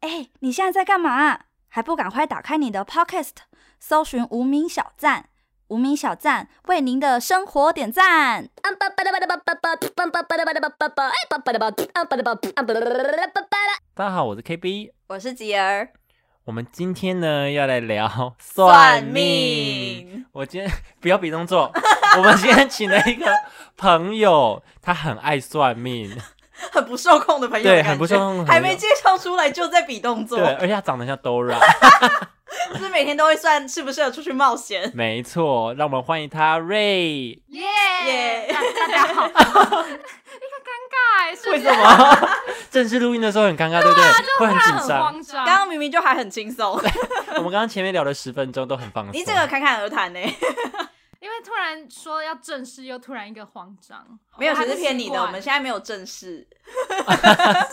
哎，你现在在干嘛？啊还不赶快打开你的 Podcast，搜寻无名小站，无名小站为您的生活点赞。大家好，我是 KB，我是吉儿，我们今天呢要来聊 命。我今天不要比动作， 我们今天请了一个朋友，他很爱算命，很 不受控的朋友 的对感觉，很不受控的朋友还没介绍出来就在比动作对，，而且他长得像 Dora， 就是每天都会算适不适合出去冒险。没错，让我们欢迎他 Ray。耶耶大大 家好，一个尴尬，欸是不为是什么 正式录音的时候很尴尬，对不啊对？会突很然紧很张。慌刚张？刚明明就还很轻松，我们刚刚前面聊了十分钟都很放松，你整个侃侃而谈呢、因为突然说要正式，又突然一个慌张， 没有，还只是是骗你习的。惯我们现在没有正式。谢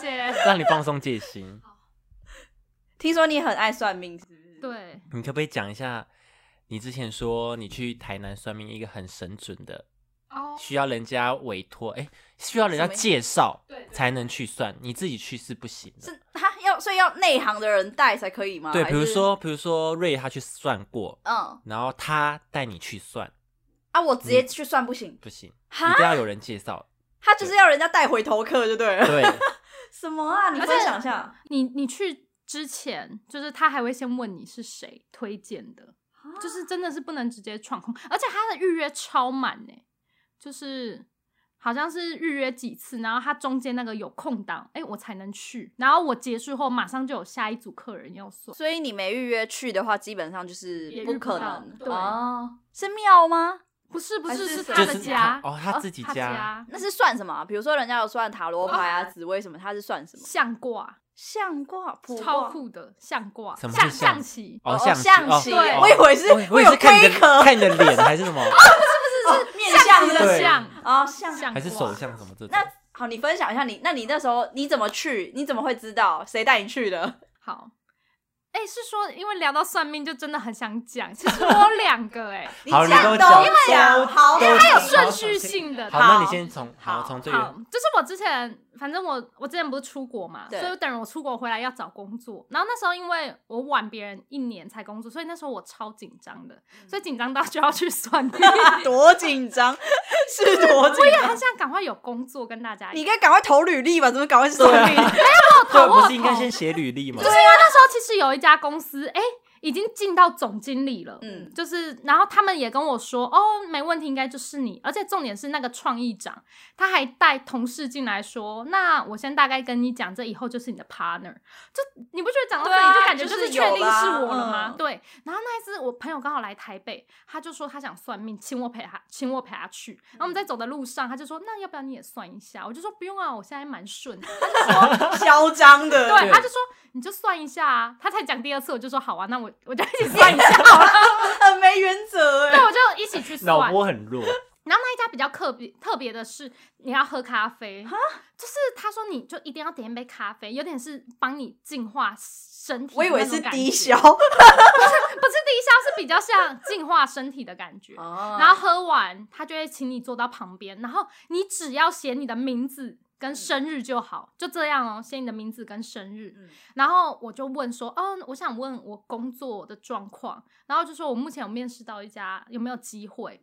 谢。让你放松戒 心。听说你很爱算命，是不是？对，你可不可以讲一下，你之前说你去台南算命一个很神准的哦，需要人家委托，哎、需要人家什么意思介绍对对才能去算，你自己去是不行的。是他要，所以要内行的人带才可以啊吗？对，还比是如，说，比如说瑞他去算过，嗯，然后他带你去算，啊，我直接去算不行，不行，一定哈，要有人介绍。他就是要人家带回头客就对了。对，什么啊？你而且分享一下，你你去之前，就是他还会先问你是谁推荐的，就是真的是不能直接闯空，而且他的预约超满呢、就是好像是预约几次，然后他中间那个有空档，哎、我才能去，然后我结束后马上就有下一组客人要送。所以你没预约去的话，基本上就是也遇不不可到能。对哦，是庙吗？不是不还是是是谁他就的是家他哦他自己他家家那是算什么啊？比如说人家有算塔罗牌啊、紫薇什么，他是算什么？象卦象卦、卜超卦。酷的象卦，什象么是象象棋哦，哦，象棋，哦对我以为是我以我以为有是看你龟的壳，看你的脸还是什么，哦面相棋的对象啊，哦象。象还是卦手相什么这种那。好，你分享一下你，那你那时候你怎么去？你怎么会知道谁带你去的？好。哎、是说因为聊到算命就真的很想讲，其 实我有两个哎、好，这你跟样我都讲，讲，好，因为它有顺序性的。好，好那你先从好好从最好远，就是我之前，反正我我之前不是出国嘛，对所以等于我出国回来要找工作。然后那时候因为我晚别人一年才工作，所以那时候我超紧张的，嗯所以紧张到就要去算命。多紧 张，是多紧张。很想赶快有工作跟大家一起。你应该赶快投履历吧，怎么赶快去算啊命？对，不是应该先写履历吗就？是因为啊那时候其实有一家公司，哎、已经进到总经理了，嗯，就是然后他们也跟我说，哦，没问题，应该就是你。而且重点是那个创意长，他还带同事进来说，那我先大概跟你讲，这以后就是你的 partner。就你不觉得讲到这对里啊就感觉就是确有定啦是我了吗？嗯对。然后那一次我朋友刚好来台北，他就说他想算命，请我陪他，请我陪他去。然后我们在走的路上，他就说，那要不要你也算一下？我就说不用啊，我现在蛮顺的。嚣张的，对，对他就说你就算一下啊。他才讲第二次，我就说好啊，那我 我就一起算 一下好了。很没原则对，哎。我就一起去算。脑波很弱，然后那一家比较特别特别的是，你要喝咖啡，就是他说你就一定要点一杯咖啡，有点是帮你净化身体。我以为是低消，，不是低消，是比较像净化身体的感觉。然然后喝完，他就会请你坐到旁边，然后你只要写你的名字跟生日就好，就这样哦，写你的名字跟生日。嗯然后我就问说，哦，我想问我工作的状况，然后就说我目前有面试到一家，有没有机会？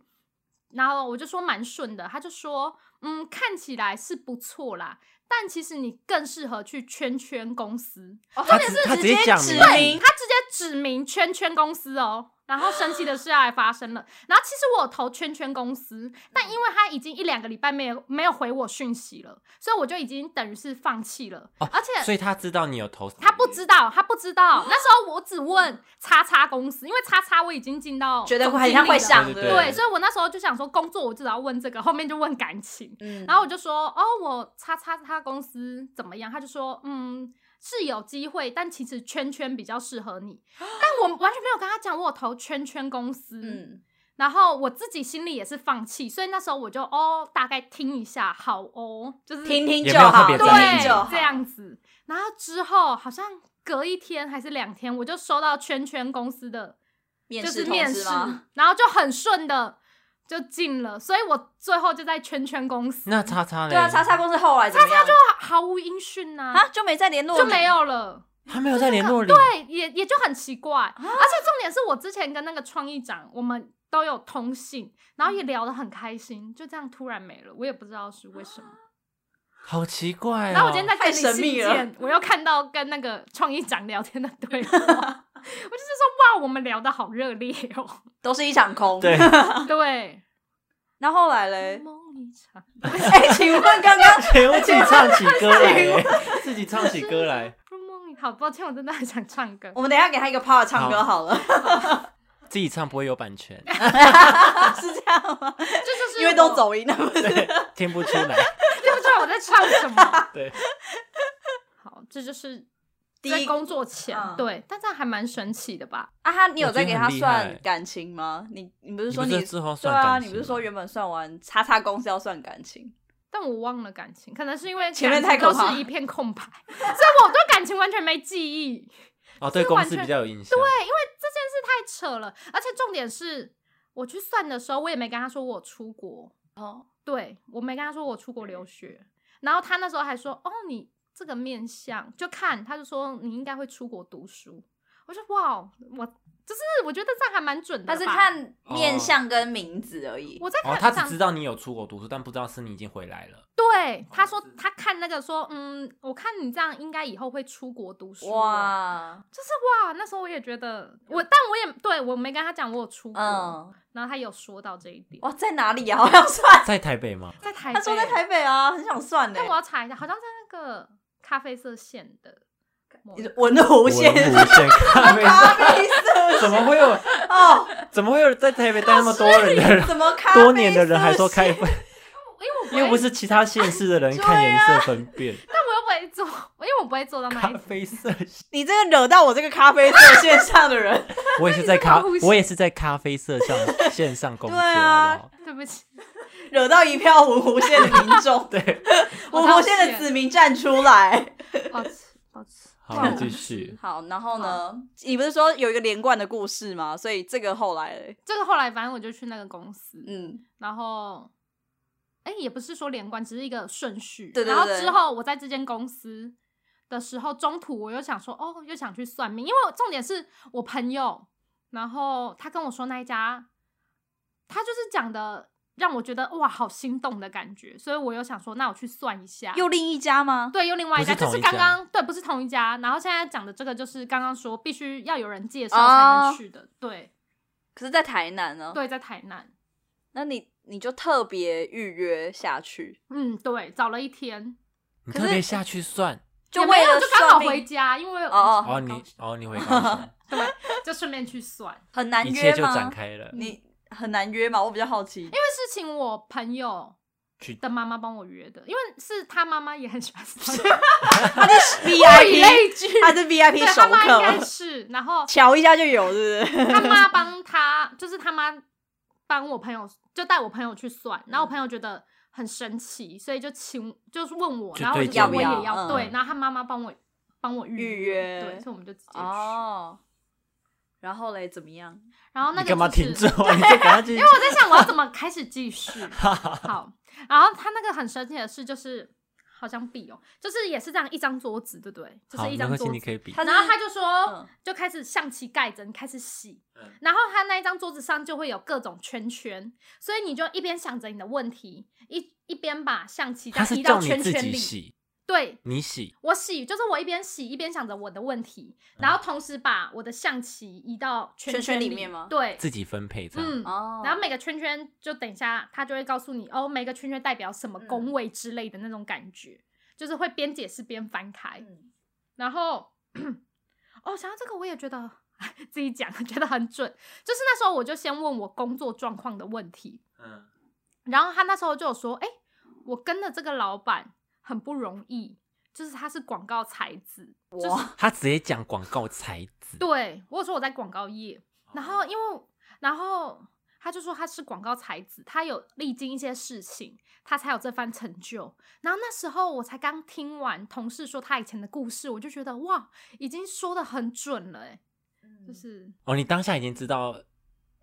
然后我就说蛮顺的，他就说，嗯，看起来是不错啦，但其实你更适合去圈圈公司。哦他直他直接讲指明明他直接指明圈圈公司哦。然后神奇的事还发生了。然后其实我有投圈圈公司，嗯但因为他已经一两个礼拜没有没有回我讯息了，所以我就已经等于是放弃了。而且哦所以他知道你有投诉，他不知道，他不知道。那时候我只问叉叉公司，因为叉叉我已经进到觉得总很经像理会了上对的，对对，所以我那时候就想说，工作我至少要问这个，后面就问感情。嗯然后我就说，哦，我叉叉叉公司怎么样？他就说，嗯，是有机会，但其实圈圈比较适合你。但我完全没有跟他讲我有投圈圈公司，嗯，然后我自己心里也是放弃，所以那时候我就哦，大概听一下，好哦，就是听听也就没有特好，别听对专听业就好，这样子。然后之后好像隔一天还是两天，我就收到圈圈公司的面就试是通面知试吗？，然后就很顺的就进了，所以我最后就在圈圈公司，那叉叉呢？啊对啊，叉叉公司后来怎么样？毫无音讯呐、啊，就没再联络，就没。有了。他没有在联络里，对，也也就很奇怪。啊而且重点是我之前跟那个创意长，我们都有通信，然嗯后也聊得很开心，就这样突然没了，我也不知道是为什么。好奇怪哦。然后我今天在看啊太神秘信了 件，我又看到跟那个创意长聊天的对话，我就是说哇，我们聊得好热烈哦。都是一场空。 对，啊对，那后来嘞？ 梦一场。哎，请问 刚刚全部自己唱起歌 来，自己唱起歌来，入梦里，好抱歉，我真的很想唱歌我。们等一下给他一个 part 唱歌好了， 自己唱不会有版 权，是这样吗？这就是因为都我，走音了，不是？对，听不出来， 对不知道我在唱什么。对，好，这就是第在一工作前，嗯对，但这样还蛮神奇的吧？啊，他你有我觉在得给很他厉算害感情吗？你你不是你说不你是之后对算啊？感你情不是说吗原本算完叉叉公司要算感情？但我忘了感情，可能是因为前面感情太可怕都是一片空白， 所以我对感情完全没记忆。哦，对是公完司全比较有印象，对，因为这件事太扯了，而且重点是我去算的时候，我也没跟他说我出国，哦，嗯对我没跟他说我出国留学，然后他那时候还说，哦，你这个面相就看，他就说你应该会出国读书，我说哇，我就是我觉得这样还蛮准的吧，他是看面哦相跟名字而已。我在看、哦，他只知道你有出国读书，但不知道是你已经回来 了，对，他哦说是他看那个说，嗯，我看你这样应该以后会出国读书。哦哇，哇，就是哇，那时候我也觉得我，但我也对我没跟他讲我有出国，嗯，然后他有说到这一点。哇，在哪 里呀？啊我要算，在台北吗？在台北，他说在台，北啊，很想算呢但。我要查一下，好像在那个咖啡色线的某你是文湖线， 文湖 线咖啡咖色啡色怎么会有？哦，怎么会有在台北待那么多人的人？怎么咖啡多年的人还说开色分，因为因我为不会，是其他县市的啊人看颜色分辨。但我又不会做，因为我不会做到那一咖种。啡色线，你这个惹到我这个咖啡色线上的人， 我也是在咖那你是文湖，线我也是在咖啡色上线上工作，对啊好不好对不起，惹到一票文湖县的民众，对， 文湖县的子民站出来。抱歉，抱歉。好，继续。 好，然后呢？你不是说有一个连贯的故事吗？所以这个后来嘞，这个后来反正我就去那个公司，嗯，然后，哎、也不是说连贯，只是一个顺序。对对然后对之后我在这间公司的时候，中途我又想说，哦，又想去算命，因为重点是我朋友，然后他跟我说那一家，他就是讲的让我觉得哇，好心动的感觉，所以我又想说，那我去算一下。又另一家吗？对，又另外一家，不是就是同一家刚刚对，不是同一家。然后现在讲的这个就是刚刚说必须要有人介绍才哦能去的，对可是，在台南呢？，对，在台南，那你你就特别预约下去，嗯，对，找了一天，你可特别是下去算也没为有了就刚好算回命，家，因为哦哦，你哦，你回高 雄，就顺便去算。很难一约切就展吗？开了。你很难约吗？我比较好奇，因为这事情我朋友去的妈妈帮我约的，因为是他妈妈也很喜欢算 物以 VIP，类聚，他是 VIP 对熟他妈应该客，是，然后瞧一下就有，是不是？他妈帮他，就是他妈帮我朋友，就带我朋友去算，然后我朋友觉得很神奇，所以就请就是问我，就然后我就推说荐我你也要不要要对，嗯然后他妈妈帮我帮我预预约对，所以我们就直接去。哦，然后嘞，怎么样？然后那你个干嘛就是停住 啊？你就赶快继续因为我在想我要怎么开始继 续。好，然后他那个很神奇的事就是，好像笔哦，就是也是这样一张桌子，对不对？就好，是一没张关系，桌你可子。以比他。然后他就说，嗯就开始象棋盖着，你开始洗嗯。然后他那一张桌子上就会有各种圈圈，所以你就一边想着你的问题，一一边把象棋这他样是移到叫你圈自圈己里。洗，对，你洗我洗，就是我一边洗一边想着我的问题，嗯然后同时把我的象棋移到圈圈圈里里面吗对，自己分配这样。嗯，哦，然后每个圈圈就等一下，他就会告诉你哦，每个圈圈代表什么宫位之类的那种感觉，就是会边解释边翻开。嗯然后哦，想到这个我也觉得 自己讲觉得很准，就是那时候我就先问我工作状况的问题，嗯，然后他那时候就有说，哎、我跟的这个老板很不容易，就是他是广告才子，就是哇，他直接讲广告才子。对我有说我在广告业，然后因为然后他就说他是广告才子，他有历经一些事情，他才有这番成就。然后那时候我才刚听完同事说他以前的故事，我就觉得哇，已经说的很准了、欸，就是哦，你当下已经知道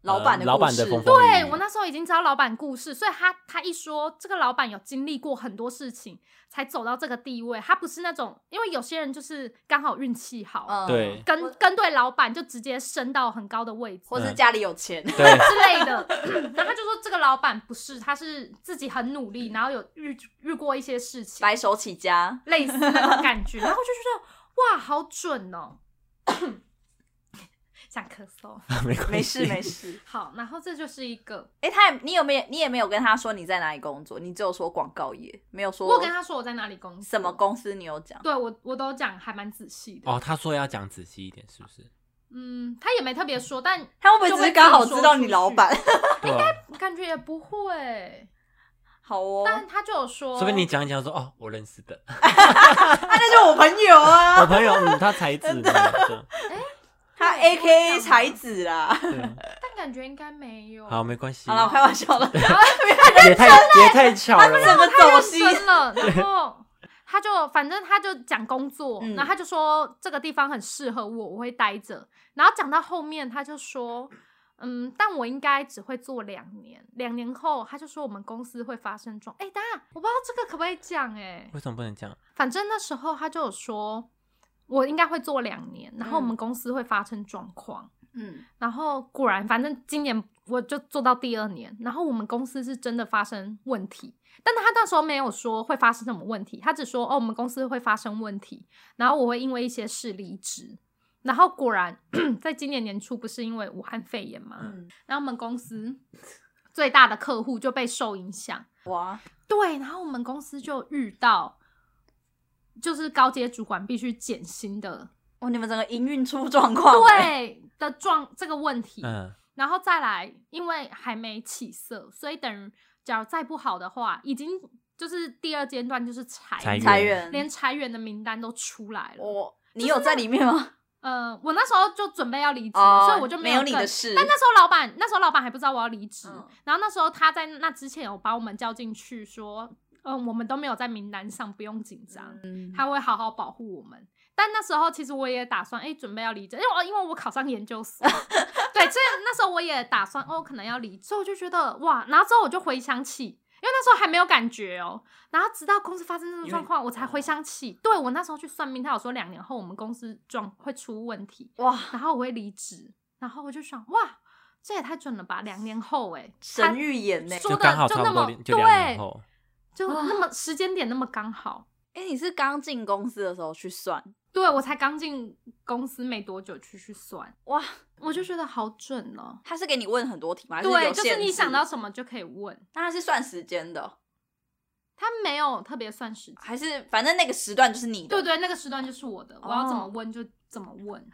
老板呃的故事老板的风风雨对雨我那时候已经知道老板故事，所以他他一说这个老板有经历过很多事情才走到这个地位，他不是那种因为有些人就是刚好运气好，嗯对跟跟对老板就直接升到很高的位置。嗯或是家里有钱，对，之类的， 然后他就说这个老板不是，他是自己很努力，然后有遇遇过一些事 情，白手起家，类似那种感觉，然后我就觉得哇，好准哦， 想咳嗽。 没关系，没事没。事。好，然后这就是一个，哎、他也你有没有你也没有跟他说你在哪里工作，你只有说广告业，没有说我有跟他说我在哪里工作，什么，公司，你有讲。对我我都讲还蛮仔细的。哦，他说要讲仔细一点，是不是？嗯，他也没特别说，但他会不会只是刚好知道你老板？对啊，感觉也不会。好哦，但他就有说，说不定你讲一讲说哦，我认识 的，啊，那就是我朋友 我啊，朋友，嗯，他才子呢，他 A K A 才子啦。对对但感觉应该没有。好，没关系好，了，我开玩笑 的。也太也太巧怎了吧，么 走心？认真了，然后 他就反正他就讲工作，嗯然后他就说这个地方很适合我，我会待着。然后讲到后面，他就说，嗯，但我应该只会做两年，两年后他就说我们公司会发生状，哎、大家我不知道这个可不可以讲、哎，为什么不能讲？反正那时候他就有说。我应该会做两年，然后我们嗯公司会发生状况，嗯，然后果然，反正今年我就做到第二年，然后我们公司是真的发生问题，但他那时候没有说会发生什么问题，他只说哦，我们公司会发生问题，然后我会因为一些事离职。然后果然， 在今年年初不是因为武汉肺炎嘛，嗯然后我们公司最大的客户就被受影响，哇，对，然后我们公司就遇到就是高阶主管必须减薪的，哦，你们整个营运出状况，，哦对的状这个问题，嗯，然后再来，因为还没起色，所以等于假如再不好的话，已经就是第二阶段就是裁裁员裁员，连裁员的名单都出来了。我你有在里面吗？呃，我那时候就准备要离职，哦所以我就没有有你跟的事但那时候老板那时候老板还不知道我要离职，嗯然后那时候他在那之前有把我们叫进去说，嗯，我们都没有在名单上，不用紧张。嗯，他会好好保护我们。但那时候其实我也打算，哎、准备要离职，因为我因为我考上研究所，对，所以那时候我也打算，哦，可能要离职，所以我就觉得哇，然后之后我就回想起，因为那时候还没有感觉哦，然后直到公司发生这种状况，我才哦回想起，对我那时候去算命，他有说两年后我们公司状会出问题，哇，然后我会离职，然后我就想，哇，这也太准了吧，两年后、哎，神预言呢？说就的刚好就差那不多么就两对年后，就那么时间点那么刚好，哎，你是刚进公司的时候去算？对我才刚进公司没多久去去算。哇，我就觉得好准哦。他是给你问很多题吗？还对，有就限是你制想到，什么就可以问，那他是算时间的，他没有特别算时间。还是反正那个时段就是你的？对对，那个时段就是我的，我要怎么哦问就怎么问。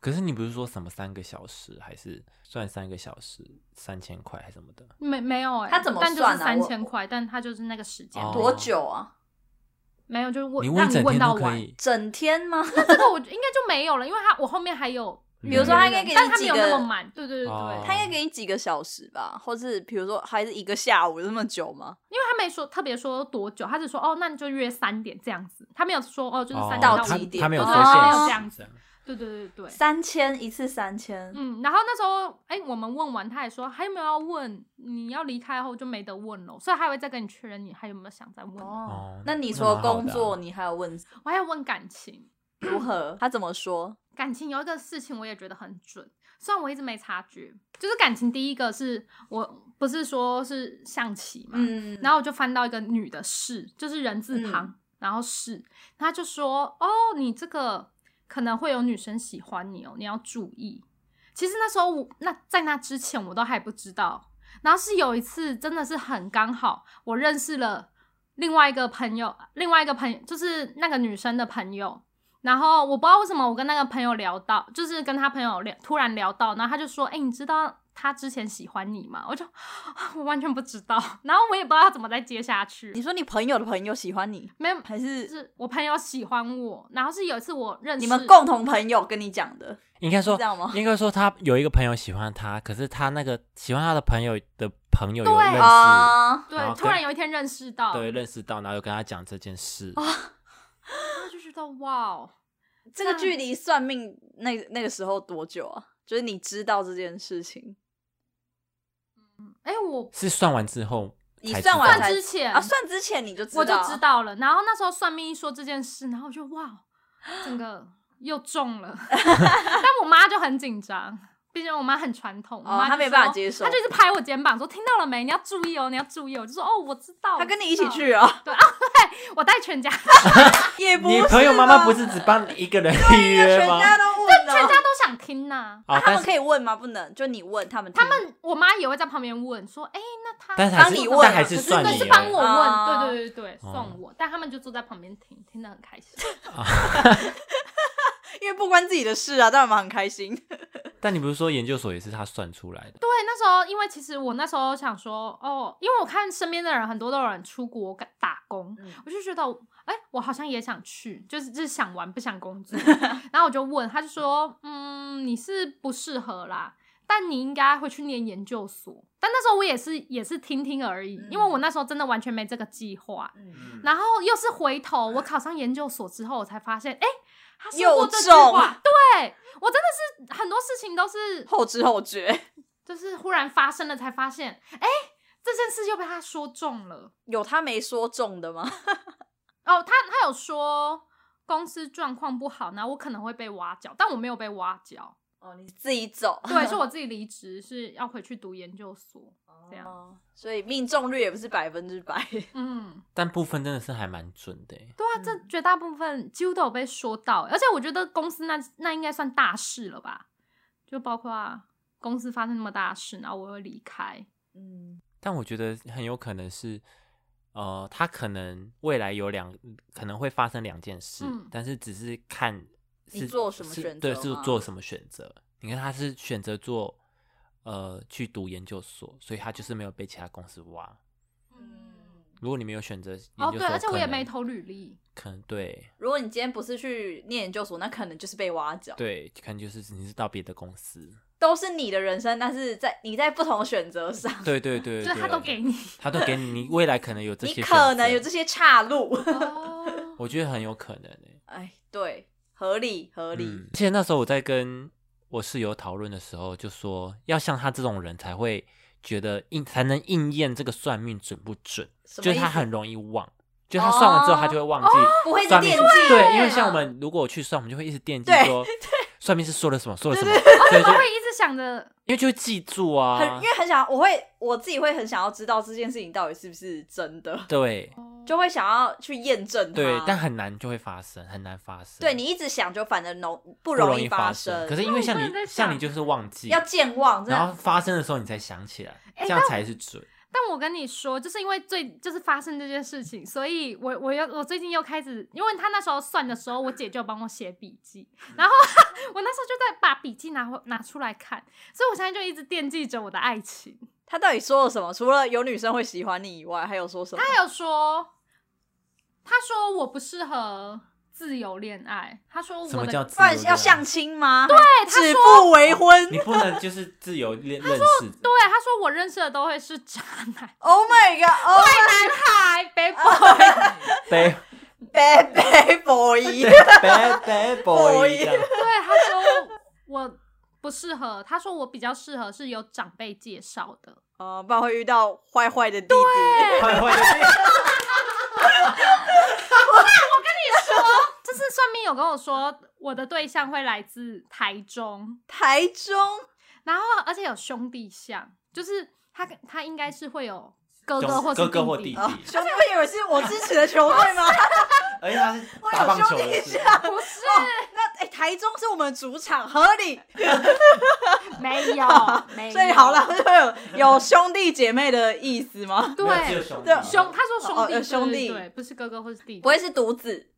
可是你不是说什么三个小时，还是算三个小时三千块还是什么的？没没有哎、他怎么但就是算啊三我千块，但他就是那个时间、哦多久啊？没有，就是你问问让一你整问天到都可完。以，整天吗？这个我应该就没有了，因为他我后面还有比人，如说他应该给你但他几没有那个么满。对对对对，嗯哦他他应该给你几个小时吧，或是比如说还是一个下午这么久吗？因为他没说特别说多久，他只说哦，那你就约三点这样子，他没有说哦，就是三点哦到他五点，他没有对说对对没限有这制样子。这样对对对对，三千一次三千，嗯，然后那时候，哎、我们问完，他也说还有没有要问？你要离开后就没得问了，所以他会再跟你确认你还有没有想再问。哦哦，那你那除了蛮好工的啊作，你还有问我还要问感情，如何？他怎么 说？感情有一个事情我也觉得很准，虽然我一直没察觉，就是感情第一个是我不是说是象棋嘛，嗯然后我就翻到一个女的士，就是人字旁，然后是，他就说哦，你这个可能会有女生喜欢你哦，你要注意。其实那时候我那在那之前我都还不知道，然后是有一次真的是很刚好，我认识了另外一个朋友，另外一个朋友就是那个女生的朋友，然后我不知道为什么我跟那个朋友聊到，就是跟他朋友聊，突然聊到，然后他就说：“哎、你知道他之前喜欢你吗？”我就 我完全不知道，然后我也不知道要怎么再接下你去。说你朋友的朋友喜欢你，没有，还是是我朋友喜欢我，然后是有一次我认识你们共同朋友跟你讲的？应该说是这样吗应该说他有一个朋友喜欢他，可是他那个喜欢他的朋友的朋友有对哦认识，啊，对然后，跟突然有一天认识到，对，然认识到，然后有跟他讲这件事，哦后就觉得哇哦，这个那距离算命那那个时候多久啊？就是你知道这件事情，哎、我是算完之后你才知算道，完算才之前啊，算之前你就知道，啊我就知道了。然后那时候算命一说这件事，然后我就哇，整个又中了。 但我妈就很紧张，毕竟我妈很传统，我哦妈就她没办法说接受她就是拍我肩膀说：“听到了没？你要注意哦，你要注意哦。”我就说：“哦，我知道。”他跟你一起我知道，去哦，我带 全家，也不你是朋友妈妈不吧是只帮你一个人预约全吗？家都问全了，家都想听呐、啊，他但们是可以问吗？不能，就你问他们听，他们我妈也会在旁边问说：“哎、那他但是还帮是你问啊但还可是可是算对你是帮欸我问，哦对对对对，哦算我，但他们就坐在旁边听，听得很开心。因为不关自己的事啊，当然嘛很开心。但你不是说研究所也是他算出来的？啊对，那时候因为其实我那时候想说，哦，因为我看身边的人很多都有人出国干打工，嗯我就觉得，哎、我好像也想去，就是就是想玩不想 工作。然后我就问，他就说，嗯，你是不适合啦，但你应该会去念研究所。但那时候我也是也是听听而已，因为嗯我那时候真的完全没这个计划。嗯嗯然后又是回头，我考上研究所之后，我才发现，哎、他说又过这句中话，对我真的是很多事情都是后知后觉，就是忽然发生了，才发现，哎、这件事又被他说中了。有他没说中的吗？哦，他他有说公司状况不好，然后我可能会被挖角，但我没有被挖角，哦，你 自己走，对，是我自己离职，是要回去读研究所。这样哦，所以命中率也不是百分之百。 嗯，但部分真的是还蛮准的欸，对啊，这绝大部分几乎都有被说到，欸而且我觉得公司那那应该算大事了吧，就包括公司发生那么大的事，然后我又离开，嗯，但我觉得很有可能是，呃，他可能未来有两可能会发生两件事，嗯但是只是看你是做什么是选对，择是吗做什么选择。你看他是选择做呃去读研究所，所以他就是没有被其他公司挖。如果你没有选择研究所，哦对，而且我也可能没，投履历，可能对如果你今天不是去念研究所，那可能就是被挖角，对，可能就是你是到别的公司， 都是你的人生，但是在你在不同的选择上，对对 对，就是他对都给你。他都给你，你未来可能有这些你选择，可能有这些岔路。 哦，我觉得很有可能诶、哎，对，合理合欸。理。嗯，而且那时候我在跟我室友讨论的时候，就说要像他这种人才会觉得应才能应验这个算命准不准，什么就意是思？他很容易忘，就他算完之后他就会忘记不会一直算命惦记对，因为像我们如果去算，我们就会一直惦记啊对说算命是说了什么，说了什么，所以就我会一直想着因为就会记住哦很啊因，为很想，我会我自己会很想要知道这件事情到底是不是真的，对就会想要去验证它。对，但很难就会发生，很难发生，啊对你一直想，就反而容不不容易发生。可是因为像那我你真的在像你想就是忘记，要健忘，真然后的发生的时候你才想起来，哎这样才是准。但我跟你说，就是因为最就是发生这件事情，所以我我要我最近又开始，因为他那时候算的时候，我姐就帮我写笔记，嗯 然后我那时候就在把笔记拿回拿出来看，所以我现在就一直惦记着我的爱情。他到底说了什么？除了有女生会喜欢你以外，还有说什么？他有说，他说我不适合自由恋爱，他说什我么的叫自不由然恋爱？要相亲吗？对，指腹为婚。你不能就是自由恋认识。对，他说我认识的都会是渣 男 Oh my god! Oh 男孩 bad boy，对 bad bad boy. 对 bad bad boy， boy 这样对，他说我不适合，他说我比较适合是有长辈介绍的。 哦，不然会遇到坏坏的弟弟。坏坏的就是算命有跟我说，我的对象会来自台中，台中然后而且有兄弟相，就是他他应该是会有哥哥兄或是哥哥或弟弟弟弟，哦，兄弟会以为是我支持的球 队吗？而且他是我打棒有球兄弟的是，相。不是那哎、台中是我们主场，合理。没 有没有，所以好了，，会有有兄弟姐妹的意思吗？没有只有兄对弟对兄他说兄弟、哦哦兄弟对，不是哥哥或是弟弟，不会是独子？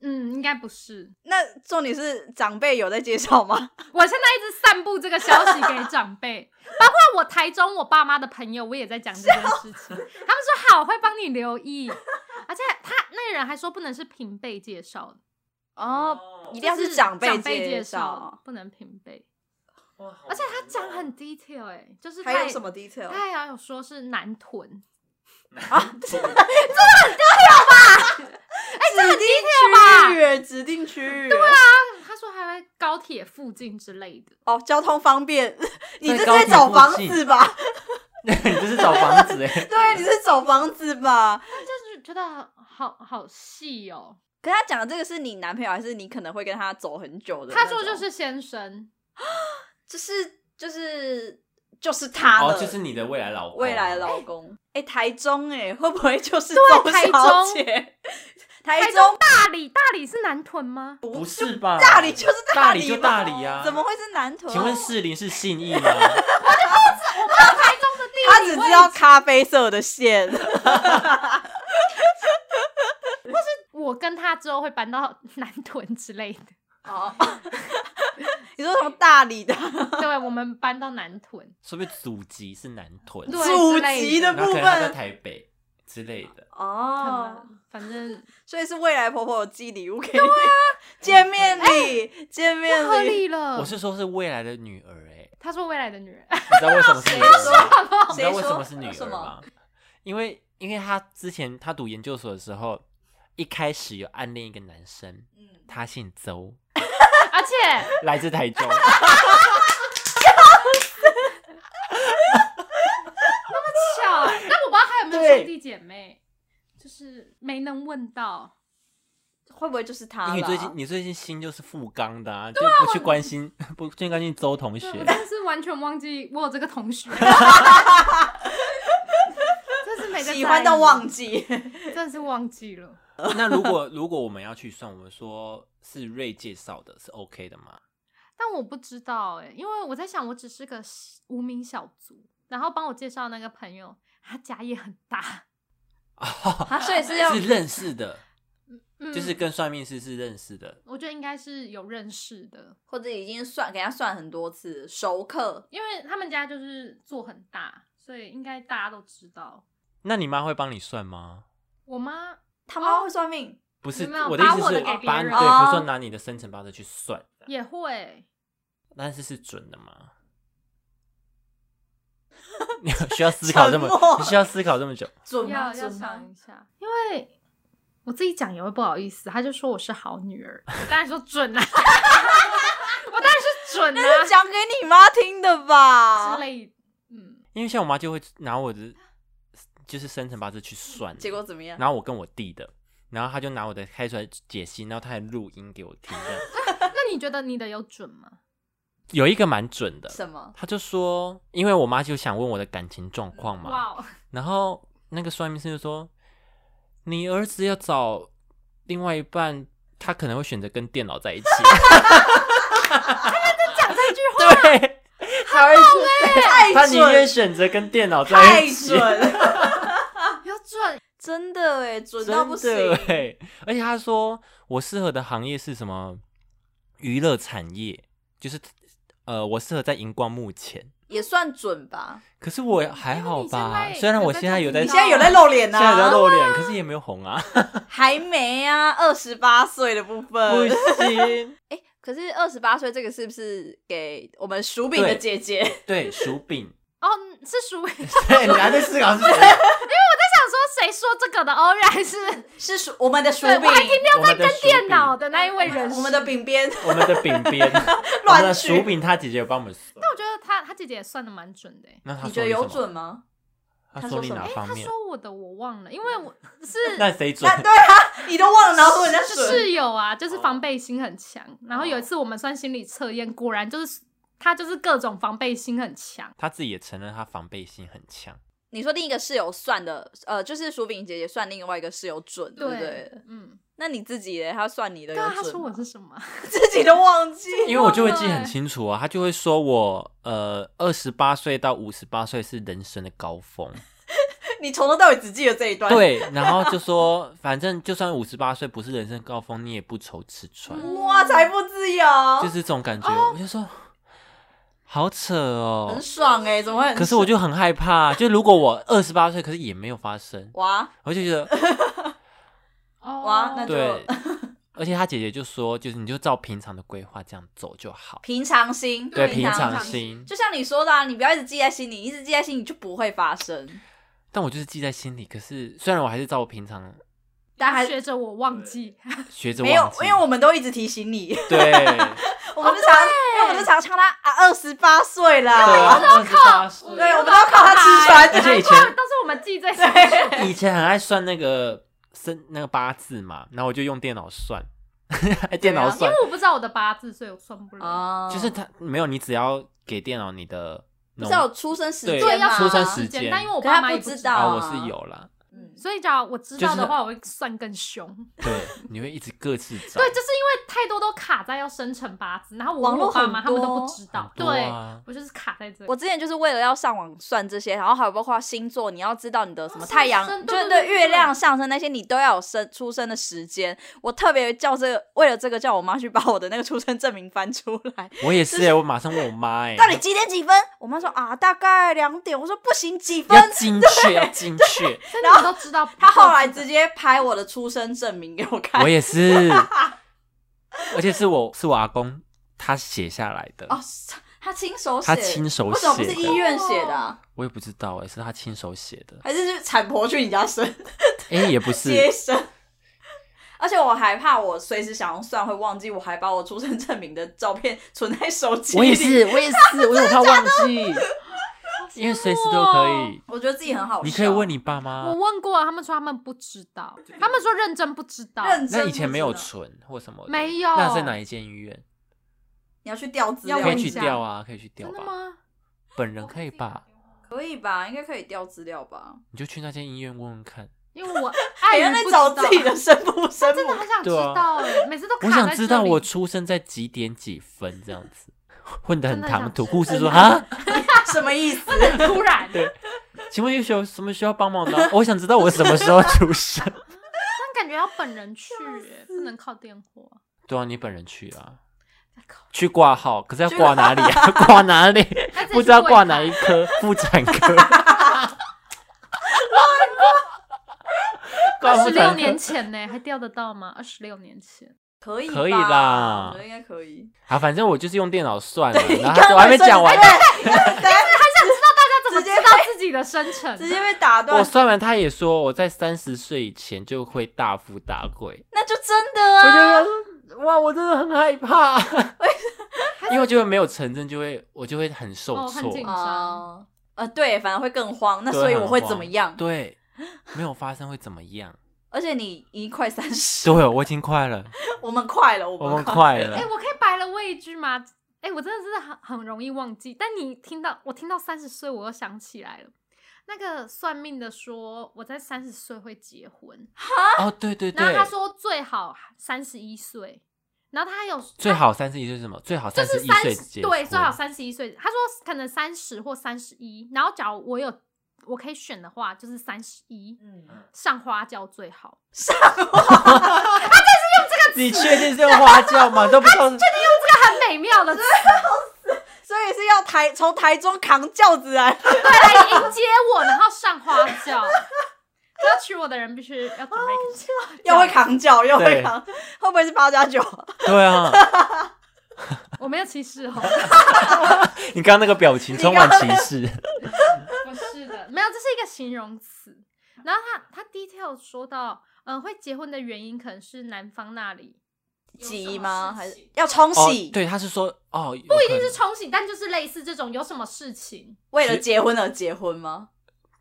嗯，应该不是。那重点是长辈有在介绍吗？我现在一直散布这个消息给长辈，包括我台中我爸妈的朋友，我也在讲这件事情。他们说好，我会帮你留意，而且他那个人还说不能是平辈介绍的，哦，一一定要是长辈辈介绍绍，。不能平辈。而哦而且他讲 很 detail 哎、就是还他有也什么 detail？他还有说是男臀，哎、这很 detail 吧？指定区域，对啊。他说还在高铁附近之类的。哦，交通方便，你 在这是高在铁找附房近子吧？ 你这是找房子哎、对，你是走房子吧？就是觉得好好细哦。可他讲的这个是你男朋友，还是你可能会跟他走很久的那他种？说就是先生，就是就是就是他了，哦，就是你的未来老公，未来老公。哎、台中哎、会不会就是对周台小 中姐？台台中大理，大理是南屯 吗？不是吧？大理就是大理理吧，就大理啊，怎么？会是南屯？请问士林是信义吗？ 他只知道咖啡色的线，我跟他之后会搬到 南屯之类的。哦， 你说从大理的对，我们搬到南屯。说不定祖籍是南屯，对祖籍的然后部可能他在分台北之类的。哦，反正所以是未来婆婆有寄礼物给你，对啊， 哎见面礼，见面合礼，理了我。是说，是未来的女儿哎、他说未来的女人， 你知道为什么是女儿吗？你知道 谁为什么说是女什儿么吗？因为因为她之前她读研究所的时候，一开始有暗恋一个男生，嗯他姓邹，而且来自 台中。巧，但啊我不知道他有没有对兄弟姐妹，就是没能问到。会不会就是他啊因啦？为你最近你最近心就是富冈的、啊，就不去关心 不去关心邹同学对，啊 我。真的是完全忘记我有这个同学，真是没在喜欢到忘，记，真的是忘记了。那如果如果我们要去算，我们说是瑞介绍的，是 OK 的吗？但我不知道哎、因为我在想，我只是个无名小卒，然后帮我介绍那个朋友，他家业很 大，啊所以是要是认识的，嗯就是跟算命师是认识的。我觉得应该是有认识的， 或者已经算给他算很多次熟客，因为他们家就是做很大，所以应该大家都知道。那你妈会帮你算吗？我妈他妈会算命，不是，没有我的意把思我的是给别把人对，比如说哦拿你的生辰八字去算，也会，但是是准的吗？ 你需要思考这么沉默，你需要思考这么久。哦准要吗？要准吗想一？下，因为我自己讲也会不好意思，他就说我是好女儿，我 当然说准啊啦、我当然是准那是啦、讲给你妈听的吧？之类，嗯，因为像我妈就会拿我的就是生辰八字去算，结果怎么样？然后我跟我弟的，然后他就拿我的开出来解析，然后他还录音给我听，这样那你觉得你的有准吗？有一个蛮准的，什么？他就说，因为我妈就想问我的感情状况嘛，哇、哦，然后那个算命师就说：“你儿子要找另外一半，他可能会选择跟电脑在一起。”他们都讲这句话，欸对，好哎 他太宁愿准，选择跟电脑在太一起，准， 有准，真的哎，准到真不行。的哎！而且他说我适合的行业是什么？娱乐产业，就是呃，我适合在荧光幕前。也算准吧。可是我还好因为吧你现，在虽然有我在现在做有自在，己你的现在有在露脸呐、现在有在啊？露脸，可是也没有红啊，还没啊，二十八岁的部不分。行。哎、可是二十八岁这个是不是给我们薯饼的对姐姐？ 对，薯饼，哦，是属于 对，你还在思考是谁？想说谁说这个的哦，原来是是薯我们的薯对，饼我，还停留在跟电脑的的那一位人士。我们的饼边。薯饼，我们的饼边，我们的薯饼，他姐姐有帮我们算。我觉得他他姐姐也算的蛮准的欸。那他你说觉得什有么准？吗？他他说说你什么哪哎方他面？说我的我忘了，因为 我是那谁准那？对啊，你都忘了，然后人家哦是准。室友啊，就是防备心很强。然后有一次我们算心理测验，果然就是他就是各种防备心很强。他自己也承认他防备心很强。你说另一个室友算的，呃，就是薯饼姐姐算另外一个室友准，对不对？嗯，那你自己嘞，他算你的对有啊准，吗？他说我是什么？自己都忘记。因为我就会记忘了欸很清楚啊，他就会说我呃二十八岁到五十八岁是人生的高峰，你从头到尾只记得这一段。，对，然后就说反正就算五十八岁不是人生高峰，你也不愁吃穿，哇，财富自由，就是这种感觉，我就说好扯哦很。爽哎、怎么会很爽？可是我就很害怕，啊就如果我二十八岁，可是也没有发生，哇，我就觉得哦哇那就对。 而且他姐姐就说，就是你就照平常的规划这样走就好，平常心，对，对平平常常心心。就像你说的、啊，你不要一直记在心里，一直记在心里就不会发生。但我就是记在心里，可是虽然我还是照我平常但还学着我忘记，学着没有忘，记，因为我们都一直提醒你，对，哦我们就常，因为我们就常唱他啊二十八岁对啦，啊，二十八岁。对，我们都要靠他吃穿。而且以难前怪都是我们记在心上。以前很爱算那个生那个八字嘛，然后我就用电脑算， 电脑因算，为我不知道我的八字，所以我算不了。哦就是它没有你只要给电脑你的不农是有出生时对间要吗？出生时时间间，但因为我可爸他妈不也不知知道道，啊，我是有啦，嗯所以假如我知就道是的话，我会算更凶。对，你会一直各自找，对，就是因为太多都卡在要生辰八字，然后我网问我络爸很妈他们都多不知道，很多对啊我就是卡在这里。我之前就是为了要上网算这些，然后还有包括星座，你要知道你的什么太阳上升，就对是对哦对对月亮上升那些，你都要有生出生的时间。我特别叫这个，为了这个叫我妈去把我的那个出生证明翻出来，我也是哎，我马上问我妈哎，到底几点几分？我妈说啊，大概两点。我说不行，几分要？精确，要精确，所以你们都知道不够。她后来直接拍我的出生证明给我看我。也 是，而且是我是我阿公他写下来的，哦，是她亲手写，他亲手为什么不是写的医院写的啊、我也不知道哎，是他亲手写 的，还是是产婆去你家生？哎，也不是，接生。 而且我还怕我随时想要算会忘记，我还把我出生证明的照片存在手机里。我也是，我也是，我有怕忘 记，因为随时都可以。我觉得自己很好笑。你可以问你爸我妈，问过，啊他们说他们不知道，他们说认真不知道，认真，那以前没有，存或什么的，没有那在哪一间医院？你要去调资料要可问以一去下调啊，可以去调真的吧。吗？本人可以吧？可以吧？应该可以调资料吧？你就去那间医院问问看。因为我哎爱呀，人在找自己的生父生真的母，很想知对啊道哎，每次都我卡想在知这道里我出生在几点几分这样子，混得很真的唐想突。知护士道说啊， 什么意思？突然，对请问有需要什么需要帮忙 的吗？我想知道我什么时候出生。但感觉要本人去哎，不能靠电话。对啊，你本人去啊，靠去挂号，可是要挂哪里啊？挂哪里？还自己不知道去柜挂哪台一科，妇产科。挂二妇十六产科年前呢，还调得到吗？二十六年前，可以吧可以啦我觉得应该可以。 啊，反正我就是用电脑算了，然对你后刚我刚还没讲完，那怎么知道自己的生辰？直接被打我断，算完他也说我在三十岁以前就会大富大贵，那就真的我就啊。觉得哇，我真的很害怕，因为我觉得没有成真就会我就会很受哦很挫，紧啊，呃，对，反而会更慌。那对所以很我会慌怎么样？对，没有发生会怎么样？ 而且你已经快三十，对，我已经快了，我们快了，我我们们快了 哎、，我可以白了问一句吗？哎、我真的是很很容易忘记，但你听到我听到三十岁，我又想起来了。那个算命的说我在三十岁会结婚，哦，对对然后对他，说最好三十一岁，然后他还有最他好三十一岁是什么？最好就三啊是十一三岁十结对，最婚好三十一岁。他说可能三十或三十一，然后假如我有我可以选的话，就是三十一嗯，上花轿 最好。你确定是用花轿吗？都不知道，这个很美妙的词，所以是要台从台中扛轿子来， 对，来迎接我，然后上花轿。要娶我的人必须要准备一个又会扛轿，又会对扛，会不会是八加 九？对啊，我没有歧视哦，你刚刚那个表情充满歧视。哦不是的，没有，这是一个形容词。然后他他 detail 说到，嗯、会结婚的原因可能是男方那里急吗？还是要冲哦洗？，对，他是说哦，不一定就是冲洗，但就是类似这种有什么事情，为了结婚而结婚吗？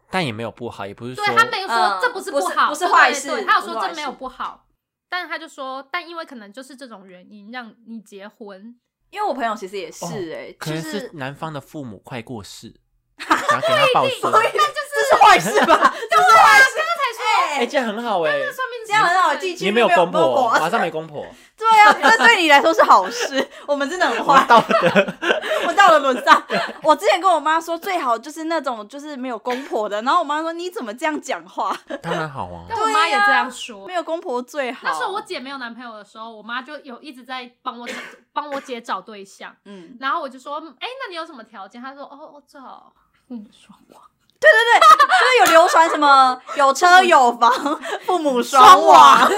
但也没有不好，也不是说对他没有说嗯这不是不是好，不是对坏对事对他有不说是坏这没有事不好，但他就说，但因为可能就是这种原因让你结婚，因为我朋友其实也是哦哎，可就能是 是男方的父母快过世，然后给他报税。这是 坏事 吧？这是坏事，刚才哎，这样很好哎，算命这样很好记。记，你没有公哦公婆，马上没公婆，啊对啊，这对你来说是好事。我们真的很坏，道德。我到了轮上。我之前跟我妈说，最好就是那种就是没有公婆的，然后我妈说你怎么这样讲话？当然好啊，但我妈也这样说，没有公婆最好。那时候我姐没有男朋友的时候，我妈就有一直在帮我帮我姐找对象，嗯，然后我就说，哎、那你有什么条件？她说，哦，我最好父母双亡，就是有流传什么有车有房，父母双双亡。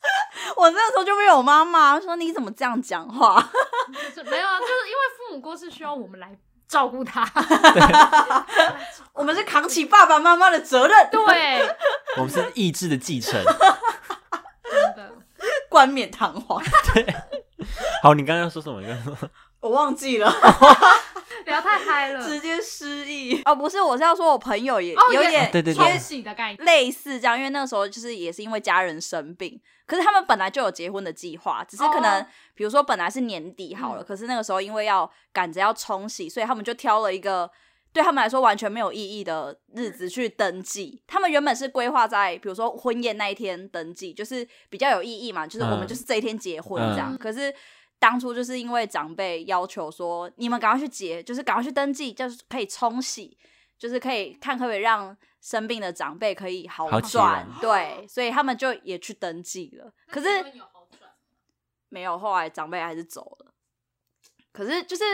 我那时候就被我妈骂说：“你怎么这样讲话就是没有啊，就是因为父母过世需要我们来照顾他，？” 我们是扛起爸爸妈妈的责任， 对，我们是意志的继承，真的。冠冕堂皇。 好，你刚刚说什么？你刚刚说什么我忘记了，不要太嗨了。直接失忆。哦，不是，我是要说我朋友也、哦有也点对对冲对洗的概念，类似这样，因为那时候就是也是因为家人生病，可是他们本来就有结婚的计划，只是可能、哦比如说本来是年底好了，嗯可是那个时候因为要赶着要冲洗，所以他们就挑了一个对他们来说完全没有意义的日子去登记。他们原本是规划在比如说婚宴那一天登记，就是比较有意义嘛，就是我们嗯就是这一天结婚嗯这样。可是当初就是因为长辈要求说，你们赶快去结，就是赶快去登记，就是可以冲洗，就是可以看可不可以让生病的长辈可以好好起转来。对，所以他们就也去登记了。可是有好转，没有，后来长辈还是走了。可是就是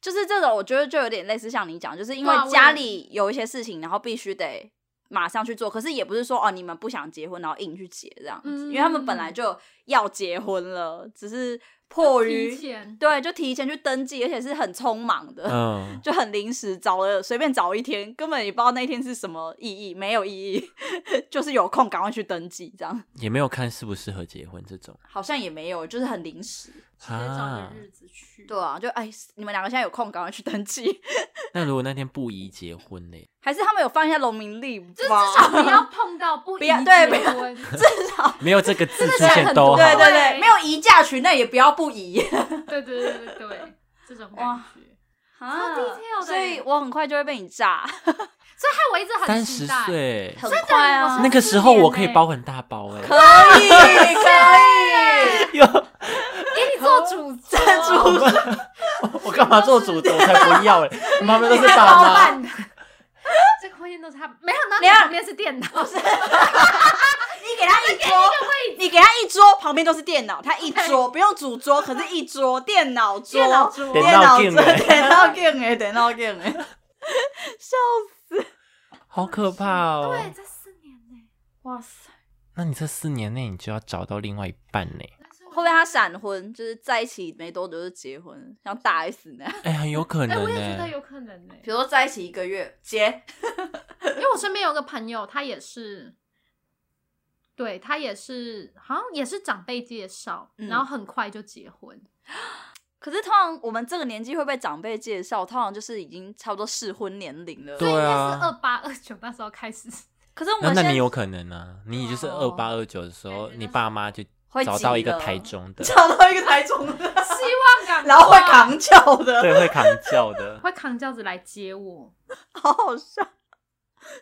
就是这种，我觉得就有点类似像你讲，就是因为对啊我也家里有一些事情，然后必须得马上去做。可是也不是说哦，你们不想结婚，然后硬去结这样子，嗯因为他们本来就要结婚了，只是迫于提前对，就提前去登记，而且是很匆忙的。嗯， 就很临时找了，随便找一天，根本也不知道那一天是什么意义，没有意义，就是有空赶快去登记，这样也没有看适不适合结婚这种好像也没有，就是很临时。直接找啊个。日子去。 对啊，就哎，你们两个现在有空，赶快去登记。 那如果那天不宜结婚呢？还是他们有放一下农民历吧？就是至少不要碰到不不宜要对结不婚， 没有这个字出的是现很都多好。对对对对，没有移嫁娶，那也不要不移。对对对对对，这种感哇觉。啊 detail 的所以我很快就会被你炸，所以害我一直三很期十待。岁很快吗啊，那个时候，我可以包很大包哎、可以可以，哟，给哎你做主哦哦赞我们我干嘛做主子？我才不要哎、我旁边都是爸包妈。办的。 这个婚宴都是他没有，那等一下旁边是电脑，你给他一桌，你给他一桌，旁边都是电脑，他一桌不用主桌，可是一桌电脑桌，电脑桌电电脑脑桌， game 欸电脑 game 哎，电脑 game 哎， 笑死。好可怕哦、对，这四年呢，哇塞！那你这四年内，你就要找到另外一半呢、会不会他闪婚，就是在一起没多久就结婚，像大 S 那样？哎、很有可哎，能我也呢、觉得有可能呢，比如说在一起一个月结，因为我身边有个朋友，他也是，对他也是，好像也是长辈介绍，嗯然后很快就结婚，可是通常我们这个年纪会被长辈介绍，通常就是已经差不多适婚年龄了。对应该啊是二八二九那时候开始。可是我那们那现你在有可能呢、你也就是二哦八二九的时候，感觉你就是爸妈就会找急到一个了台中 的，找到一个台中的， 希望啊感，然后会扛脚的，对，会扛轿 的。会扛轿子来接我。好好笑，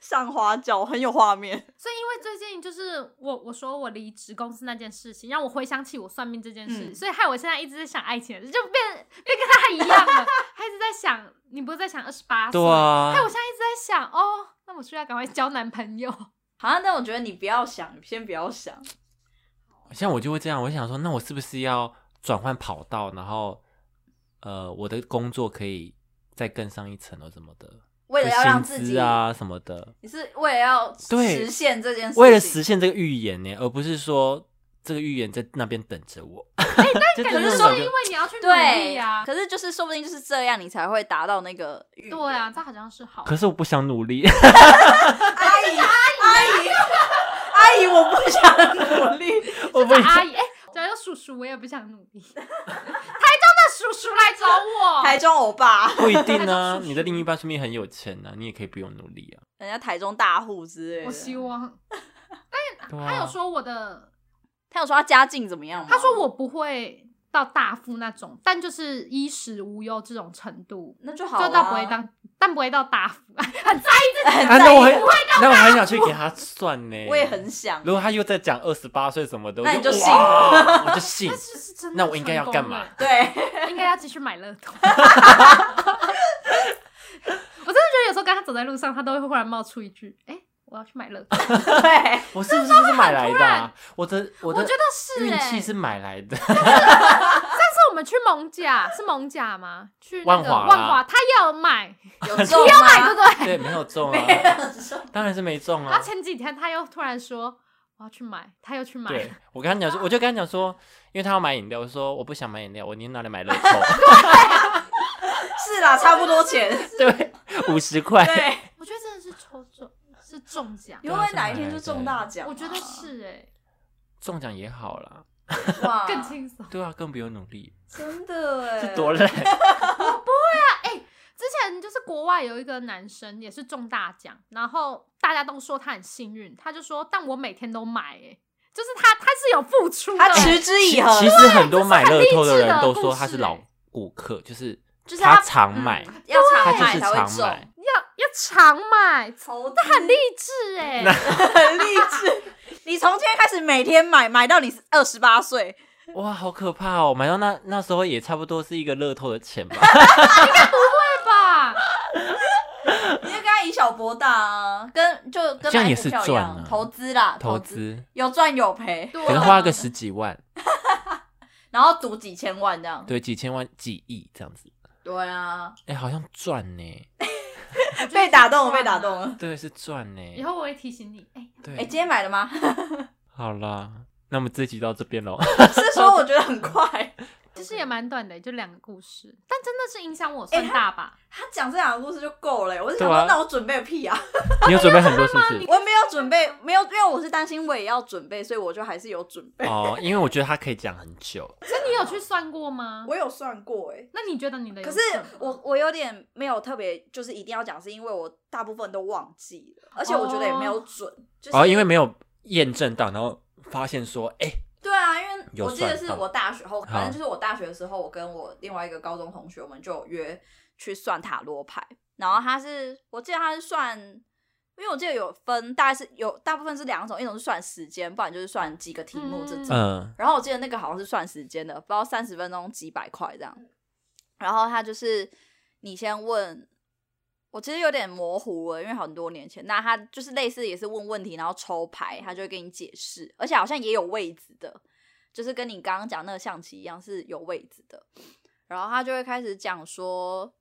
上花轿很有画面。所以因为最近就是我我说我离职公司那件事情，让我回想起我算命这件事，嗯所以害我现在一直在想爱情的事，就变变跟他一样了，他一直在想，你不是在想二十八岁？对啊哎害我现在一直在想，哦，那我是不是要赶快交男朋友？ 好像，但我觉得你不要想，先不要想，像我就会这样，我就想说，那我是不是要转换跑道，然后呃，我的工作可以再更上一层楼什么的，为了就要让薪自资己，啊什么的，你是为了要对实现这件事情，为了实现这个预言呢，而不是说这个预言在那边等着我。就感真觉的说等因着为你要去努力对呀、啊，可是就是说不定就是这样，你才会达到那个欲对啊，这好像是好。可是我不想努力，阿姨，阿姨，阿姨，哎我不想努力。我不这阿姨，哎、假如叔叔，我也不想努力。 台中的叔叔来找我，台中欧巴，不一定呢。你的另一半说不定很有钱呢、你也可以不用努力啊。人家台中大户之类我希的。啊望。对啊他有说我的他有说他家境怎么样吗？他说我不会到大富那种，但就是衣食无忧这种程度，那就好啊啦，就到不会当，但不会到大富。很啊，那我在很意。那我很想去给他算呢。我也很想如，果他又在讲二十八岁什么的，那我你就信哇 我就信但。 是是真那的，我应该要干嘛？对，应该要继续买乐 透。我真的觉得有时候跟他走在路上，他都会忽然冒出一句：“哎、我要去买乐透。啊 对，我是不是就是买来的啊？我的”我我的觉得是、运哎，气是买来的，上次我们去蒙甲，是蒙甲吗？去那万个华啊啦万华，他也有买，有中买 对吗？不对？对，没有中啊，当然是没中然啊后。前几 天他又突然说：“我要去买。”他又去买。对，我跟他讲说，我就跟他讲说，因为他要买饮料，我说我不想买饮料，我宁愿拿来买乐透，是啦，差不多 钱。对，五十块。对，我觉得真的是抽中，是中奖你。会不会哪一天就中大奖啊？我觉得是哎、中奖也好啦，哇，更轻松。对啊，更不用努力，真的哎，是多累。之前就是国外有一个男生也是中大奖，然后大家都说他很幸运，他就说，但我每天都买、欸，就是他他是有付出的，他持之以恒哎其，实很多买乐透的人这是很励志的都故事说他是老欸顾客，就是就是他他常嗯买，要他常就买是才会常中买，。要要常买，投资他很励志哎、很励志。 你从今天开始每天买，买到你二十八岁，哇，好可怕哦！买到那那时候也差不多是一个乐透的钱吧。对吧？你就跟他以小博大啊，跟就跟这样买也股是票一赚样啊投资啦，投资资有赚有赔，对啊，可 能花个十几万，然后赌几千万这样。对，几千万、几亿这样子。对啊，哎、好像赚呢，啊我觉得被打动了，被打是这动样啊。了。对，是赚以呢。后我会提醒你，哎、对，哎，今天买了吗？好啦，那我们这集到这边喽。 是说我觉得很快。其实也蛮短的、欸就两个故事，但真的是影响我算大吧？哎他讲这两个故事就够了，我就对想啊说，那我准备个屁啊！ 你有准备很多是不是？啊我没有准备，没有，因为我是担心我也要准备，所以我就还是有准备。哦，因为我觉得他可以讲很久。所以你有去算过吗？哦我有算过哎、那你觉得你的有可是准吗我我有点没有特别，就是一定要讲，是因为我大部分都忘记了，而且我觉得也没有准，就是、哦，因为没有验证到，然后发现说，哎、对啊，因为有我记得算是到我大学后，好反正就是我大学的时候，我跟我另外一个高中同学，我们就有约去算塔罗牌，然后他是我记得他是算，因为我记得有分，大概是有大部分是两种，一种是算时间，不然就是算几个题目这种。嗯，然后我记得那个好像是算时间的，不知道三十分钟几百块这样。然后他就是你先问，我其实有点模糊了，因为很多年前。那他就是类似也是问问题，然后抽牌，他就会跟你解释，而且好像也有位置的，就是跟你刚刚讲那个象棋一样是有位置的。然后他就会开始讲说，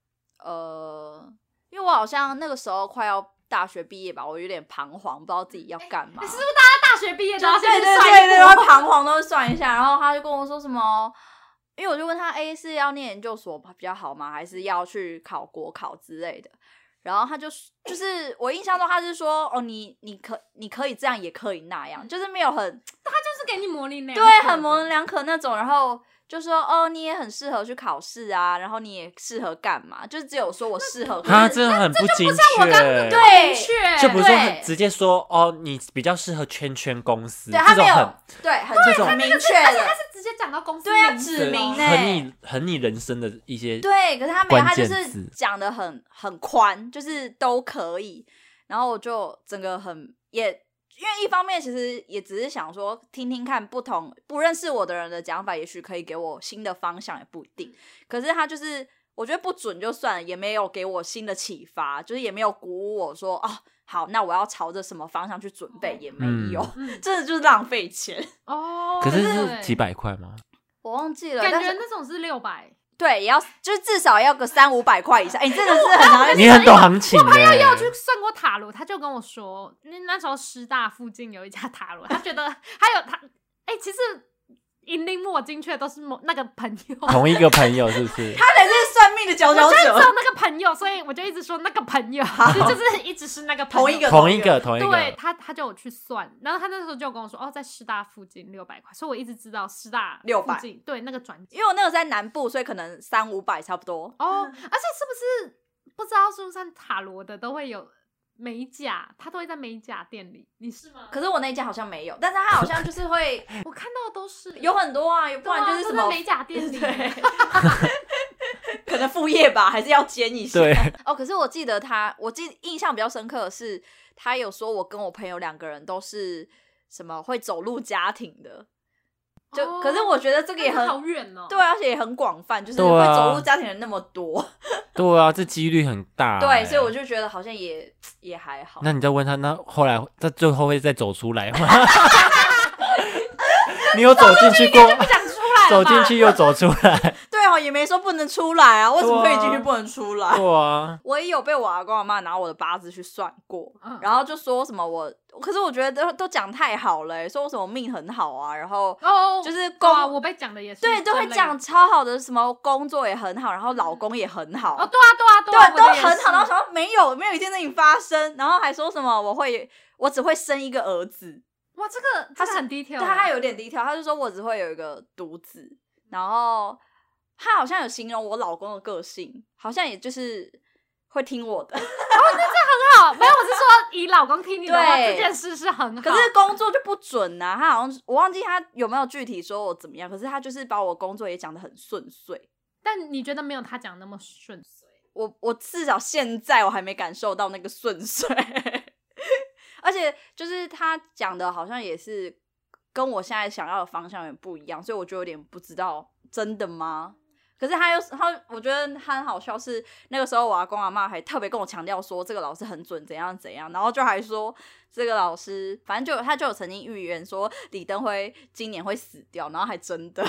呃，因为我好像那个时候快要大学毕业吧，我有点彷徨，不知道自己要干嘛。你哎是不是大家大学毕业都要对对先去对对算对，一他波？彷徨都算一下，然后他就跟我说什么，因为我就问他，哎，是要念研究所比较好吗？还是要去考国考之类的？然后他就就是我印象中他是说，哦，你你可你可以这样，也可以那样，就是没有很就是给你模棱两可的对，很模棱两可那种，然后。就说哦，你也很适合去考试啊，然后你也适合干嘛？就只有说我 适合，他真啊的很不精我刚确，对明确，就不是说对很直接说哦，你比较适合圈圈公司对他这种没有很，对很这种很明确而且的他，是直接讲到公司对啊名字指明哦呢很你很你人生的一些对，可是他没有，他关就键是字讲的很很宽，就是都可以。然后我就整个很也，因为一方面其实也只是想说听听看不同不认识我的人的讲法，也许可以给我新的方向，也不一定。可是他就是我觉得不准就算了，也没有给我新的启发，就是也没有鼓舞我说哦，好，那我要朝着什么方向去准备，也没嗯有，嗯 真的就是浪费钱。哦，可是对是几，百块吗？我忘记了，感但觉是那种是六百，对，也要就是至少要个三五百块以上。哎、你真的是很难。你很懂行情欸呢、我去算过塔罗，他就跟我说，那那时候师大附近有一家塔罗，他 觉得还有他，哎、其实银铃木我精确都是某那个朋友，同一个朋友是不是？他才是算命的佼佼我就是只者。有那个朋友，所以我就一直说那个朋友，就就是一直是那个朋友同一个同一个同一对个，他，他就有去算，然后他那时候就跟我说，哦，在师大附近六百块，所以我一直知道师大600附近对那个转角因为我那个在南部，所以可能三五百差不多。哦，而且是不是不知道是不是像塔罗的都会有美甲，他都会在美甲店里，你是吗？可是我那一家好像没有，但是他好像就是会 我看到都是有很多啊，不对啊然就是都什在么美 甲店里，对， 可能副业吧，还是要兼一下。对，哦，可是我记得他，我记印象比较深刻的是，他有说我跟我朋友两个人都是什么会走入家庭的，就、哦可是我觉得这个也那很好远哦。对，啊而且也很广泛，就是对会啊走入家庭的人那么多，对啊，这几率很大、 对，所以我就。就觉得好像也也还好。那你再问他，那后来他最后会再走出来吗？ 你有走进 去过？讲出来走了吧进去又走出来，对哦，也没说不能出来啊，为什么可以进对去啊不能出来？对啊，我也有被我阿公阿妈拿我的八字去算过，嗯然后就说什么我，可是我觉得都都讲太好了欸、说我什么命很好啊，然后哦，就是对啊公我被讲的也是对都会这类嗯讲超好的，什么工作也很好，然后老公也很好，哦，对啊，对对啊，啊，都我的也很是好。然后想说没有没有一件事情发生，然后还说什么我会我只会生一个儿子，哇，这个他这个是很欸 detail，对，他还有点低调，他就说我只会有一个独子，然后他好像有形容我老公的个性，好像也就是会听我的，好，哦没有，我是说以老公听你的话，对这件事是很好。可是工作就不准呐、他好像我忘记他有没有具体说我怎么样，可是他就是把我工作也讲得很顺遂。但你觉得没有他讲那么顺遂？我我至少现在我还没感受到那个顺遂， 而且就是他讲的好像也是跟我现在想要的方向有点不一样，所以我就有点不知道真的吗？可是他又他，我觉得他很好笑是，那个时候我阿公阿妈还特别跟我强调说这个老师很准，怎样怎样，然后就还说 这个老师，反正就他就有曾经预言说李登辉今年会死掉，然后还真的。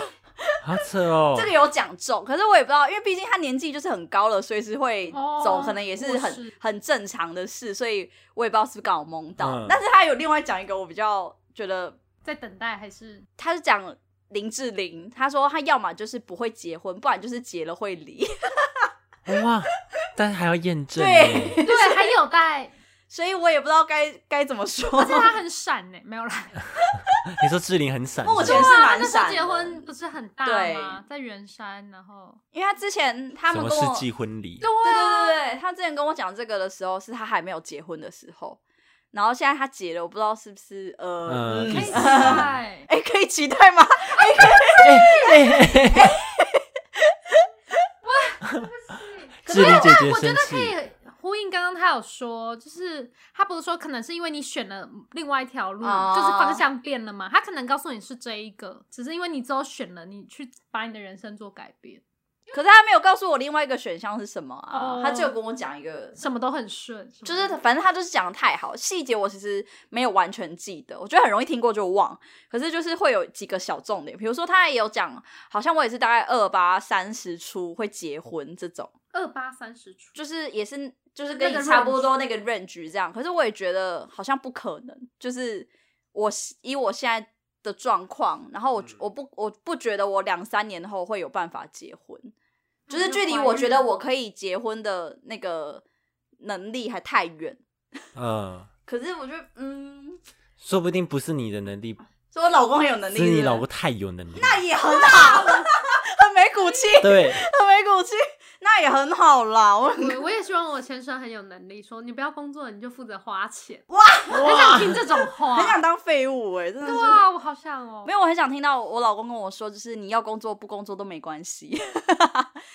好扯哦 这。个有讲中，可是我也不知道，因为毕竟他年纪就是很高了，所以是会哦走，可能也是很我是很正常的事，所以我也不知道是不是刚好蒙到。嗯但是他有另外讲一个，我比较觉得在等待还是他是讲林志玲，他说他要么就是不会结婚，不然就是结了会离，哇，但是还要验证哦对耶。对，还 有待，所以我也不知道该该怎么说。而且他很闪呢、没有啦。你说志玲很闪，目前是是他蛮啊那时候闪结的，婚不是很大对吗？在圆山，然后因为 他之前嗯他不是什们么跟我世纪婚礼对？ 对啊，对对对，他之前跟我讲这个的时候，是他还没有结婚的时候，然后现在他结了，我不知道是不是呃，嗯嗯可以期对待。哎、可以期待吗？ 志玲姐姐我觉生得可气，以呼应刚刚他有说，就是他不是说可能是因为你选了另外一条路，哦就是方向变了嘛？他可能告诉你是这一个，只是因为你之后选了，你去把你的人生做改变，可是他没有告诉我另外一个选项是什么啊哦他只有跟我讲一个，什么都很顺，什么就是都反正他就是讲的太好，细节我其实没有完全记得，我觉得很容易听过就忘。可是就是会有几个小重点，比如说他也有讲，好像我也是大概二八三十出会结婚这种，二八三十出，就是也是就是那跟个你差不 range 多那个 range 这样。可是我也觉得好像不可能，就是我以我现在的状况，然后我、嗯我不我不觉得我两三年后会有办法结婚，就是嗯距离怀我觉得孕我可以结婚的那个能力还太远。嗯，可是我觉得，嗯，说不定不是你的能力，所以我老公很有能力，是你对不老对公太有能力。那也很好， 很没骨气，对，很没骨气，那也很好啦。我我我也希望我先生很有能力，说你不要工作，你就负责花钱。很想哇，听这种话，很想当废物哎、真的对是。啊，我好想哦。没有，我很想听到我老公跟我说，就是你要工作不工作都没关系，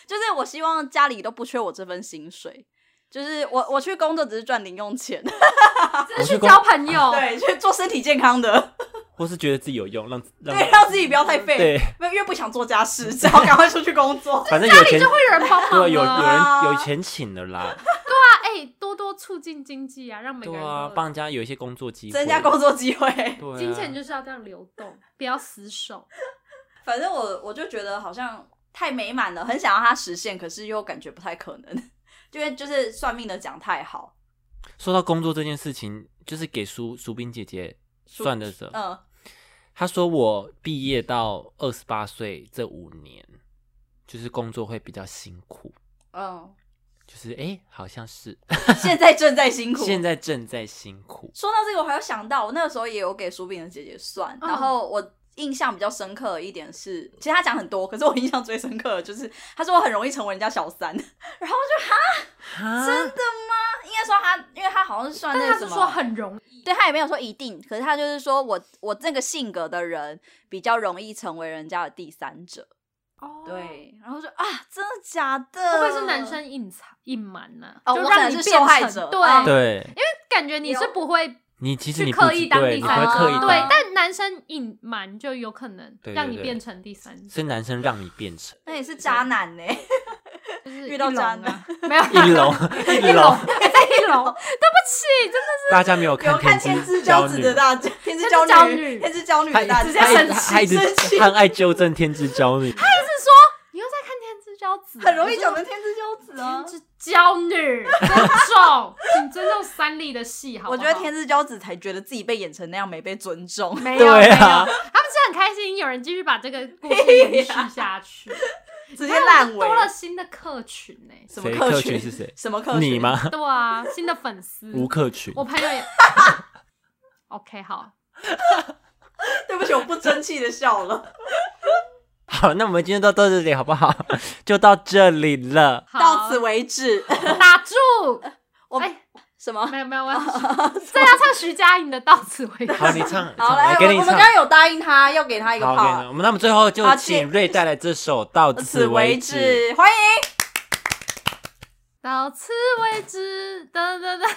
就是我希望家里都不缺我这份薪水，就是我我去工作只是赚零用钱，哦有，去交朋友，对，去做身体健康的，或是觉得自己有用，让嗯让对，让自己不要太废，对，。没有，因为不想做家事，只好赶快出去工作反正有钱就会有人帮忙啊。对，有有人啊有钱请了啦，啊，哎，多多促进经济啊，让每个对人啊，都帮人家有一些工作机会，增加工作机会，对啊，金钱就是要这样流动，不要死守。反正我我就觉得好像太美满了，很想要它实现，可是又感觉不太可能，因为就是算命的讲太好，说到工作这件事情，就是给苏苏冰姐姐算的时候，嗯，她说我毕业到二十八岁这五年，就是工作会比较辛苦，嗯，就是诶，好像是 现在正在辛苦，现在正在辛苦，说到这个，我还有想到，我那个时候也有给薯饼的姐姐算，嗯然后我印象比较深刻的一点是，其实她讲很多，可是我印象最深刻的就是她说我很容易成为人家小三， 然后我就哈，真的应该说她，因为她好像是算但那他个什是么，说很容易，对她也没有说一定，可是她就是说我我这个性格的人比较容易成为人家的第三者，哦，对，然后就啊，真的假的？会不会是男？生隐藏隐瞒呢？哦就我可让能你是变受害成者啊对，对感觉你是不会你其实去你不刻知意当对第你不三会者，刻意者对当，，但男生隐瞒就有可能对对让你对变成第三者，是男生让你变成那也是渣男呢、就 是遇到一渣男龙啊，没有一龙 一龙，在一龙， 对不起，真大家没有有看看《天天之骄骄子》女的。大家，《天之天之娇娇女》女《天之娇女》他的大直家他接一生直气他一直生气他很爱纠正天之骄女，的是说你又在看《天之骄子》，很容易讲成天之骄子啊 天。之骄女，尊 重，请尊重三立的戏，好不我好？觉得天之骄子才觉得自己被演成那样没被尊重。没有，对啊没有，他们是很开心，有人继续把这个故事延续下 去，直接烂尾啊多了新的客群欸呢、什么谁客客群群是谁？什么客群？你？吗？对啊，新的粉丝，吴克群，我朋友也 ，OK，好，对不起，我不争气的笑了。好，那我们今天就到这里好不好？ 就到这里了。好到此为止，打住！我哎，什么？没有没有，我要 这要啊唱徐佳莹的《到此为止》。好，你唱，好，唱来，给我你我们唱刚。刚有答应他要给他一个好，给 part 你。我们那么最后就好谢请瑞带来这首《到到此为止》。，欢迎。到此为止，哒哒哒。